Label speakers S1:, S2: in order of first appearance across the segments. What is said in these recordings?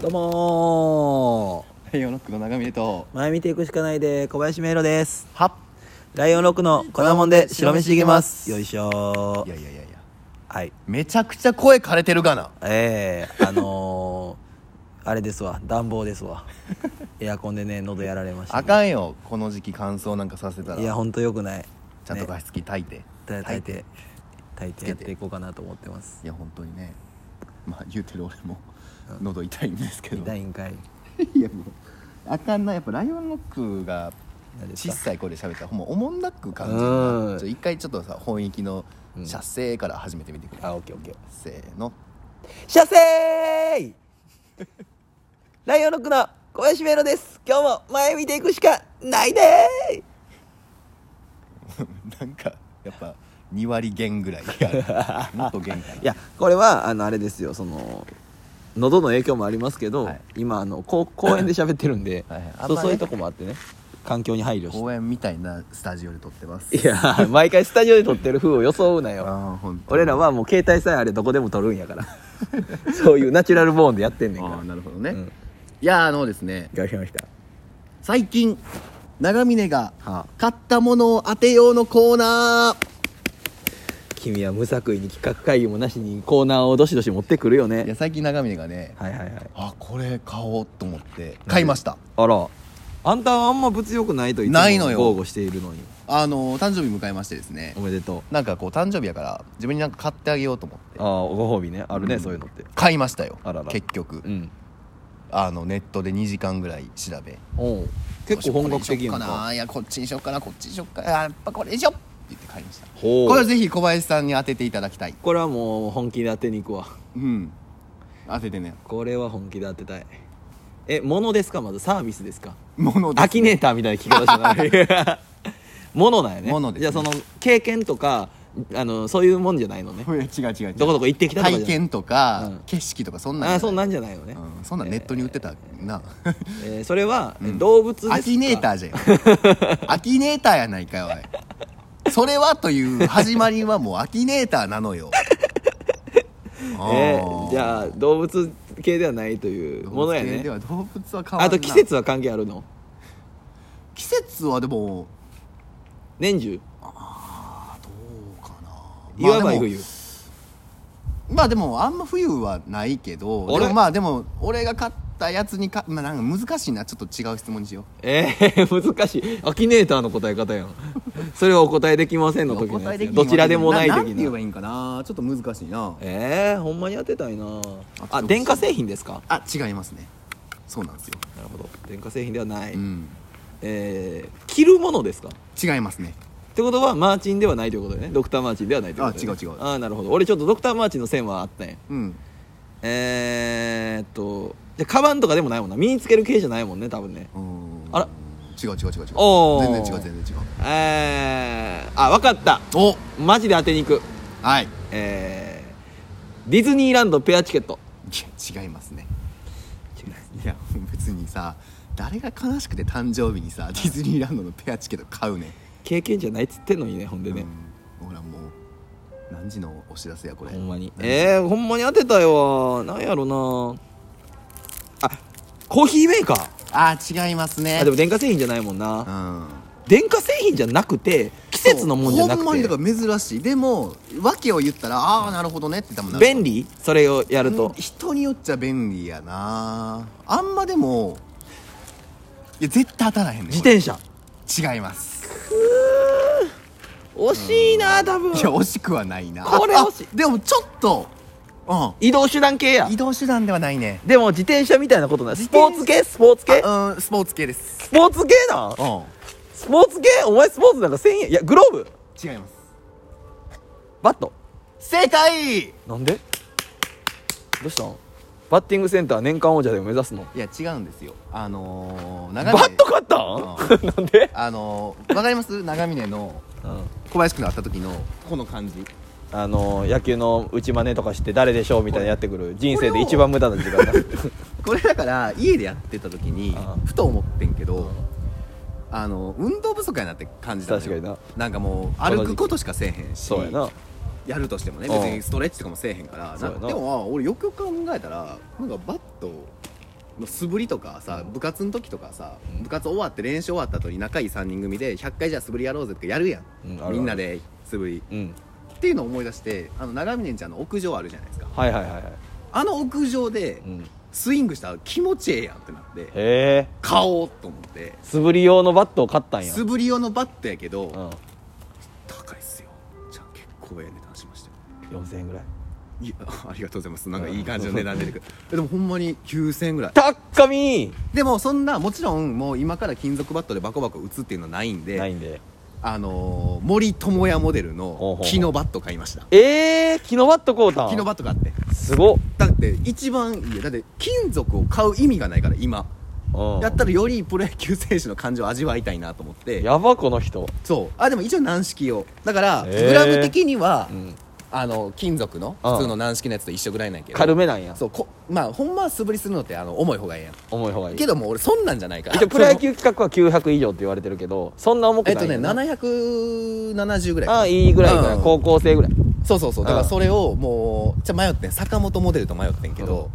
S1: どうも
S2: 太陽ロックの長見と
S1: ー前見ていくしかないで小林迷路です
S2: は
S1: ライオンロックの粉もんで白飯いけますよいしょ
S2: い
S1: ー
S2: やいやいやいや
S1: はい
S2: めちゃくちゃ声枯れてるがな
S1: ええー、あのー、 あれですわ暖房ですわエアコンでね喉やられました
S2: あ
S1: ね、
S2: かんよこの時期乾燥なんかさせたら
S1: いやほんとよくない
S2: ちゃんと加湿器炊いて、
S1: 炊いて炊い
S2: つけ
S1: てや
S2: て
S1: っていこうかなと思ってます
S2: いや本当にねまあ言うてる俺も喉痛いんですけど
S1: 痛いんかい
S2: いやもうあかんなやっぱライオンロックが
S1: 何です
S2: 小
S1: か
S2: さい声で喋ったらほんまおもんなく感じ
S1: うん
S2: るなちょ一回ちょっとさ本域の射精から始めてみてくれ、
S1: あオッケーオッケー
S2: せーの
S1: 射精 ライオンロックの小林メロです今日も前見ていくしかないでー
S2: なんかやっぱ2割減ぐらい あるもっと減かない
S1: やこれはあのあれですよその喉の影響もありますけど、
S2: はい
S1: 今あのこう公園で喋ってるんで
S2: はいはいあんま
S1: そう
S2: ね
S1: そういうとこもあってね環境に配慮し
S2: 公園みたいなスタジオで撮ってます
S1: ていや毎回スタジオで撮ってる風を装うなよ
S2: ああ本当
S1: 俺らはもう携帯さえあれどこでも撮るんやから そういうナチュラルボーンでやってんねんか
S2: あ
S1: ら
S2: あなるほどね、
S1: うん
S2: いやあのですね
S1: いかがしました
S2: 最近長峰が
S1: はあ
S2: 買ったものを当てようのコーナ
S1: 君は無作為に企画会議もなしにコーナーをどしどし持ってくるよ
S2: ーいや
S1: ね
S2: 最近長峰がね
S1: はいはいはい
S2: あこれ買おうと思って買いました
S1: あらあんたはあんま物欲ないといつも
S2: ないのよ
S1: 豪語しているのに
S2: あの誕生日迎えましてですね
S1: おめでとう
S2: なんかこう誕生日やから自分になんか買ってあげようと思って
S1: ああご褒美ねあるね、
S2: うん
S1: そういうのって
S2: 買いましたよ
S1: あらら
S2: 結局、
S1: うん
S2: あのネットで2時間ぐらい調べ
S1: おう結構本格的やん
S2: これにしよっか
S1: か
S2: ないやこっちにしよっかなこっちにしよっかなやっぱこれにしよっって言って買いました
S1: ほう
S2: これはぜひ小林さんに当てていただきたい
S1: これはもう本気で当てに行くわ
S2: うん当ててね
S1: これは本気で当てたいえ物ですかまずサービスですか
S2: もの
S1: アキネーターみたいな聞き方じゃ ない物なんやね
S2: 物です
S1: じゃあその経験とかあのそういうもんじゃないのね
S2: い や違う違う違う
S1: どこどこ行ってきたとかじゃ
S2: 体
S1: ない
S2: 験とか、
S1: うん
S2: 景色とかそんなん
S1: あそんなん
S2: ね、
S1: じゃないのね、
S2: うん、そんなんネットに売ってたな、
S1: えーそれは、え動物ですか
S2: アキネーターじゃん アキネーターやないかよおいそれはという始まりはもうアキネーターなのよ
S1: えーじゃあ動物系ではないというものや
S2: で
S1: ね
S2: は動物は変わらんな
S1: あと季節は関係あるの
S2: 季節はでも
S1: 年中
S2: どうかない
S1: わば冬、
S2: まあでもあんま冬はないけど
S1: あれ
S2: でもまあでも俺が買ったやつにか、まあ、なんか難しいなちょっと違う質問にしよ
S1: えー、 難しいアキネーターの答え方やん それはお答えできません
S2: う
S1: の時の
S2: お答
S1: や
S2: え
S1: つ
S2: で
S1: や
S2: き
S1: ん
S2: ん
S1: どちらでもない
S2: な
S1: 的
S2: んて言えば
S1: ない
S2: いんかなちょっと難しいな
S1: えー、ほんまに当てたいなあ
S2: あ
S1: 電化製品ですか
S2: あ違いますねそうなんですよ
S1: なるほど電化製品ではない、
S2: うん
S1: えー、着るものですかっ
S2: 違いますね
S1: てことはマーチンではないということでねドクターマーチンではないということで、ね、
S2: あ違う違う
S1: あーなるほど俺ちょっとドクターマーチンの線はあったんや
S2: うん
S1: えー、っとじゃあカバンとかでもないもんな身につける系じゃないもんね多分ね
S2: うん
S1: あら
S2: 違う違う違う違う
S1: おー
S2: 全然違う全然違う
S1: えー、あ分かった
S2: お
S1: マジで当てに行く
S2: はいい
S1: えー、ディズニーランドペアチケット
S2: や違いますねいや別にさ誰が悲しくて誕生日にさディズニーランドのペアチケット買うねん
S1: 経験じゃないっつってんのにねほんでね、
S2: うん、ほらもう何時のお知らせやこれ
S1: ほんまに
S2: 何
S1: えー、ほんまに当てたよなんやろなあコーヒーメーカー
S2: あー違いますね
S1: あでも電化製品じゃないもん
S2: う
S1: な、
S2: ん
S1: 電化製品じゃなくて季節のもんじゃなく
S2: ほんまに
S1: て
S2: だから珍しいでも訳を言ったらああなるほどねって多分なる
S1: 便利それをやる
S2: う
S1: と
S2: ん、人によっちゃ便利やなあんまでもいや絶対当たらへんねん
S1: 自転車
S2: これ違います
S1: 惜しいな多分
S2: いや惜しくはないな
S1: これ
S2: あ
S1: 惜しい
S2: あでもちょっとう
S1: 移動手段系や
S2: ん移動手段ではないね
S1: でも自転車みたいなことないスポーツ系スポーツ系
S2: あうんスポーツ系です
S1: スポーツ系なん
S2: うん
S1: スポーツ系お前スポーツなんか1000円いやグローブ
S2: 違います
S1: バット
S2: 正解
S1: なんでどうしたんバッティングセンター年間王者でも目指すの
S2: いや違うんですよあのー、
S1: バ
S2: 長
S1: ット買ったん、
S2: う
S1: なんで、
S2: あのー、わかります 長峰の小林君の会った時のこの感じ
S1: あの野球の打ち真似とかして誰でしょうみたいなやってくる人生で一番無駄な時間だ
S2: これだから家でやってた時に
S1: ああ
S2: ふと思ってんけどあの運動不足やなって感じたのよ
S1: 確かになん
S2: かもう
S1: この時期
S2: 歩くことしかせえへんし
S1: そうやな
S2: やるとしてもね
S1: うん
S2: 別にストレッチとかもせえへんから
S1: そうやな
S2: なでも俺よくよく考えたらなんかバットの素振りとかさ部活の時とかさ部活終わって練習終わった後に仲いい3人組で100回じゃあ素振りやろうぜとかやるやん、
S1: うんあるある
S2: みんなで素振り
S1: うん
S2: っていうのを思い出してあの長峰ちゃんの屋上あるじゃないですか
S1: はいはいはいはい
S2: あの屋上で
S1: うんへ
S2: スイングしたら気持ちええやんってなって
S1: え
S2: 買おうと思って
S1: 素振り用のバットを買ったんや
S2: 素振り用のバットやけど、
S1: うん
S2: 高いっすよじゃあ結構ええ値段しましたよ
S1: 4000円ぐらい
S2: いや ありがとうございますなんかいい感じの値段出てくる えでもほんまに9000円ぐらい
S1: たっかみ
S2: でもそんなもちろんもう今から金属バットでバコバコ打つっていうのはないんで
S1: ないんで
S2: あのー森友哉モデ
S1: ほ
S2: ル
S1: う
S2: の
S1: ほう
S2: 木のバット買いました
S1: えー、木のバット買うたん
S2: 木のバットがあって
S1: すごっ
S2: だって一番いいやだって金属を買う意味がないから今
S1: うん
S2: やったらよりプロ野球選手の感情を味わいたいなと思って
S1: やばこの人
S2: そうあでも一応軟式用だから
S1: へー
S2: グラム的には、
S1: うん
S2: あの金属の
S1: うん
S2: 普通の軟式のやつと一緒ぐらいなんやけど
S1: 軽めなんや
S2: そうこまあほんまは素振りするのってあの重い方がええやん
S1: 重い方がいい
S2: けどもう俺そんなんじゃないから
S1: 一応プロ野球規格は900以上って言われてるけどそんな重くな
S2: え
S1: い
S2: っとね
S1: よな
S2: 770ぐらいかな
S1: ああいいぐらいぐらい、
S2: うん
S1: 高校生ぐらい
S2: そうそうそうだか
S1: う
S2: ら
S1: ん
S2: それをもうじゃあ迷ってん坂本モデルと迷ってんけど、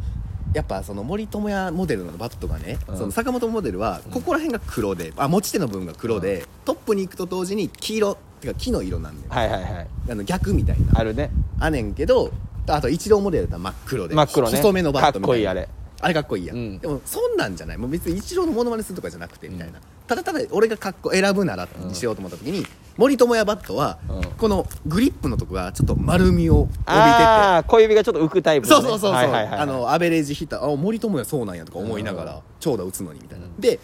S2: やっぱその森友哉モデルのバットがね、
S1: うん
S2: その坂本モデルはここら辺が黒で、あ持ち手の部分が黒で、トップに行くと同時に黄色ってか木の色なんだよ、
S1: はいはいはい
S2: あの逆みたいな
S1: あるね
S2: あねんけどあと一郎モデルだったら真っ黒で
S1: 真っ黒ね
S2: 細めのバットみたいな
S1: かっこいいあれ
S2: あれかっこいいやん、
S1: うん
S2: でもそんなんじゃないもう別に一郎のモノマネするとかじゃなくてみたいな、ただただ俺がかっこ選ぶならにしようと思った時に、森友哉バットは、
S1: うん
S2: このグリップのとこがちょっと丸みを帯びてて、
S1: ああ小指がちょっと浮くタイプの
S2: そう
S1: ね、
S2: そうそうそう、
S1: はいはいはい
S2: あのアベレージヒッターあ森友哉そうなんやとか思いながら、
S1: うん
S2: 長打打つのにみたいな、で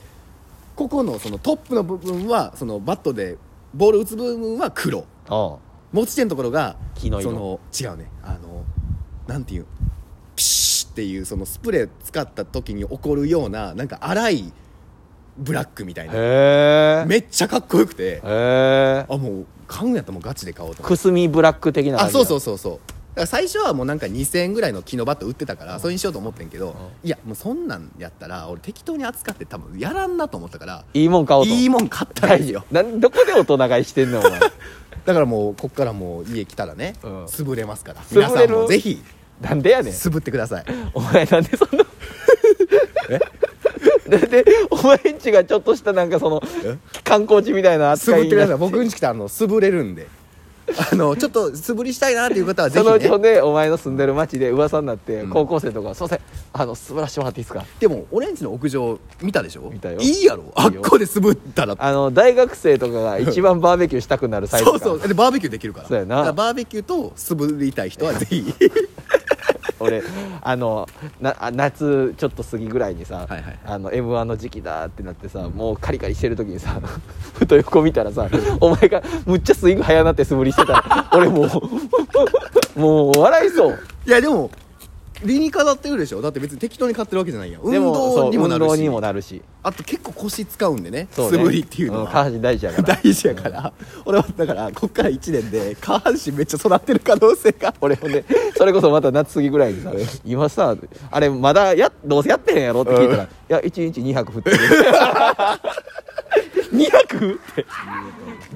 S2: ここのそのトップの部分はそのバットでボール打つ部分は黒
S1: おう
S2: 持ち手のところが
S1: 黄の色
S2: その違うねあのなんていうピシッっていうそのスプレー使った時に起こるようななんか荒いブラックみたいな
S1: へえ
S2: めっちゃかっこよくて
S1: へえ
S2: あもう買うんやったらもうガチで買おうと思っ
S1: く
S2: て
S1: すみブラック的な
S2: あそうそううそうそうだから最初はもうなんか2000円ぐらいの木のバット売ってたからそれにしようと思ってんけどいやもうそんなんやったら俺適当に扱って多分やらんなと思ったから
S1: いいもん買おうと
S2: いいもん買ったらいいよ
S1: なんどこで大人買いしてんのお 前
S2: だからもうこっからもう家来たらね
S1: うん
S2: 潰れますから
S1: 潰れる
S2: 皆さんもぜひ
S1: なんでやねん
S2: すぶってください
S1: お前なんでそんなえ なんでお前んちがちょっとしたなんかその
S2: え
S1: 観光地みたいな
S2: す
S1: 扱
S2: ぶっ
S1: い
S2: て
S1: に
S2: く
S1: な
S2: ださい僕んち来たらあのすぶれるんであのちょっと素振りしたいなっていう方はぜ
S1: そのうち
S2: ひ
S1: ほ
S2: ね
S1: んでお前の住んでる町で噂になって、
S2: うん
S1: 高校生とか「すいませんあの素晴らしてもらっていいですか?」
S2: でもオレンジの屋上見たでしょ
S1: 見たよ
S2: いいやろあっこですぶったら
S1: あの大学生とかが一番バーベキューしたくなるサイズ
S2: そ
S1: 感
S2: うそうでバーベキューできるから
S1: そうやな
S2: だからバーベキューと素振りたい人はぜひ
S1: 俺あのなあ夏ちょっと過ぎぐらいにさ「
S2: はいはい
S1: あの m 1の時期だ」ってなってさもうカリカリしてる時にさ ふと横見たらさお前がむっちゃスイング早なって素振りしてた ら俺もうもう笑いそう
S2: いやでも理にかなってるでしょだって別に適当に買ってるわけじゃないやん運
S1: でも
S2: 動にもなる
S1: そう運動
S2: し
S1: にもなるし
S2: あと結構腰使うんでね
S1: そう
S2: 素振りっていうの
S1: ん
S2: は、
S1: 下半身大事やから
S2: 大事やから、俺はだからこっから1年で下半身めっちゃ育ってる可能性が
S1: 俺ほんでそれこそまた夏過ぎぐらいにさ「今さあれまだやどうせやってへんやろ?」って聞いたら「い
S2: う
S1: や1日2泊振ってる」2泊って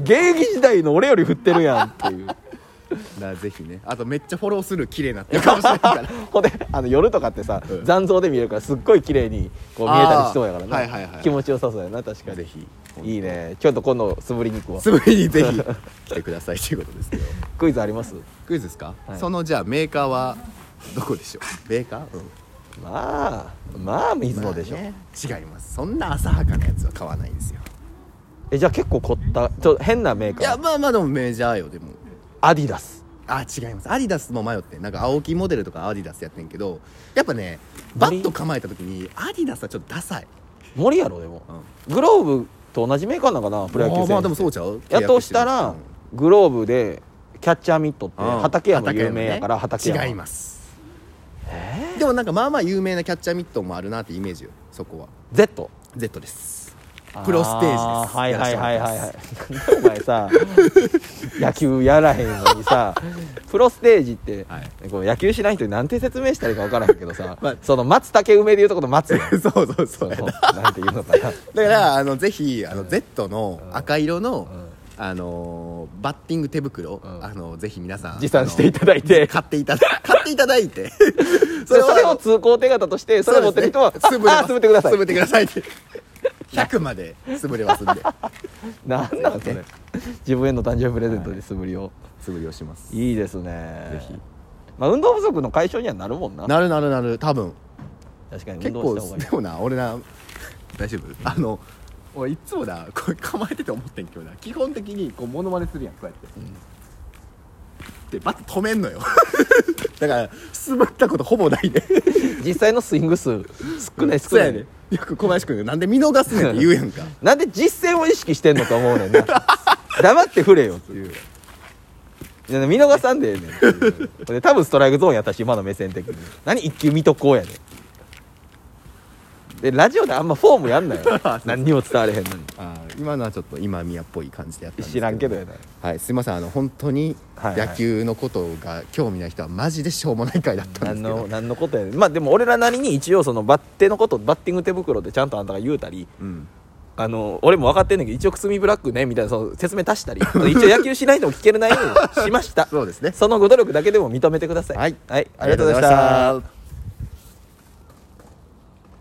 S1: 現役時代の俺より振ってるやんって いう
S2: だからぜひねあとめっちゃフォローする綺麗になってるかもしれないから
S1: ほんであの夜とかってさ、
S2: うん
S1: 残像で見えるからすっごい綺麗にこう見えたりしそうやからな、
S2: あーはいはいはい
S1: 気持ちよさそうやな確かに
S2: ぜひ
S1: いいねちょっと今度素振りに行くわ
S2: 素振りにぜひ来てくださいということですけど
S1: クイズあります
S2: クイズですか、
S1: はい
S2: そのじゃあメーカーはどこでしょ うメーカー、うん
S1: まあまあ水野でしょ、
S2: まあね違いますそんな浅はかなやつは買わないんですよ
S1: えじゃあ結構凝ったちょっと変なメー
S2: い
S1: カ
S2: や
S1: ー
S2: まあまあでもメジャーよでも
S1: アディダス
S2: あ違いますアディダスも迷ってんなんか青木モデルとかアディダスやってんけどやっぱねバット構えた時にアディダスはちょっとダサい
S1: 森やろでも、グローブと同じメーカーなんかなプロ野球選手
S2: ま
S1: って
S2: あまあでもそうちゃう
S1: やとしたら、グローブでキャッチャーミットって
S2: うん
S1: 畠山有名やから畠
S2: 畠
S1: 山
S2: 山ね違いますでもなんかまあまあ有名なキャッチャーミットもあるなってイメージよそこは
S1: Z
S2: Z ですプロステージです
S1: あはいはいはいはい
S2: や
S1: は
S2: ら
S1: い お前さ野球やらへんのにさプロステージって、
S2: はい
S1: こう野球しない人になんて説明したらいいか分からへんけどさ、
S2: まあ
S1: その松竹梅でいうとこの松やん
S2: そうそうそう
S1: そのなんていうのかな
S2: だからあのぜひあの Z の赤色の、あのーバッティング手袋、
S1: ん
S2: あのーぜひ皆さん
S1: 持参していただい
S2: あの
S1: て
S2: ー買っていただ 買っていただいて
S1: それそれを通行手形としてそれを持ってる人は「
S2: そうですね
S1: ああす
S2: すぶ
S1: ぶってください
S2: すぶってください って100まで素ぶれます んで
S1: なんなんそれ自分への誕生日プレゼントで素振りを、
S2: 素ぶりをします
S1: い、いですね
S2: ぜひ
S1: まあ、運動不足の解消にはなるもんな
S2: なるなるなる多分
S1: 確かに
S2: 結
S1: 運動
S2: 構
S1: した方がいい
S2: でもな俺な大丈夫 あの俺いつもなこれ構えてて思ってんけどな基本的にこうモノマネするやんこうやって、でバッと止めんのよ だから滑ったことほぼないで
S1: 実際のスイング数少ない少
S2: そう
S1: な
S2: や
S1: い
S2: ね
S1: で
S2: んよく小林君なんで見逃すねんって言うやんか
S1: なんで実践を意識してんのと思うねんな 黙って振れよっていういや見逃さんでええねんっていうで多分ストライクゾーンやったし今の目線的に何一球見とこうやねんでラジオであんまフォームやん なよ何にも伝われへんのに
S2: あー今のはちょっと今宮っぽい感じでやったんです
S1: 知らんけどやな
S2: はいすいませんあの本当に
S1: はいはい
S2: 野球のことが興味ない人はマジでしょうもない回だったんです
S1: 何
S2: けど、
S1: の何のことやねんまあでも俺らなりに一応そのバッテのことバッティング手袋でちゃんとあんたが言うたり
S2: うん
S1: あの俺も分かってんねんけど一応くすみブラックねみたいなその説明足したり 一応野球しないでも聞ける内容にしました
S2: そうですね
S1: そのご努力だけでも認めてください
S2: はい
S1: はい、ありがとうございました
S2: た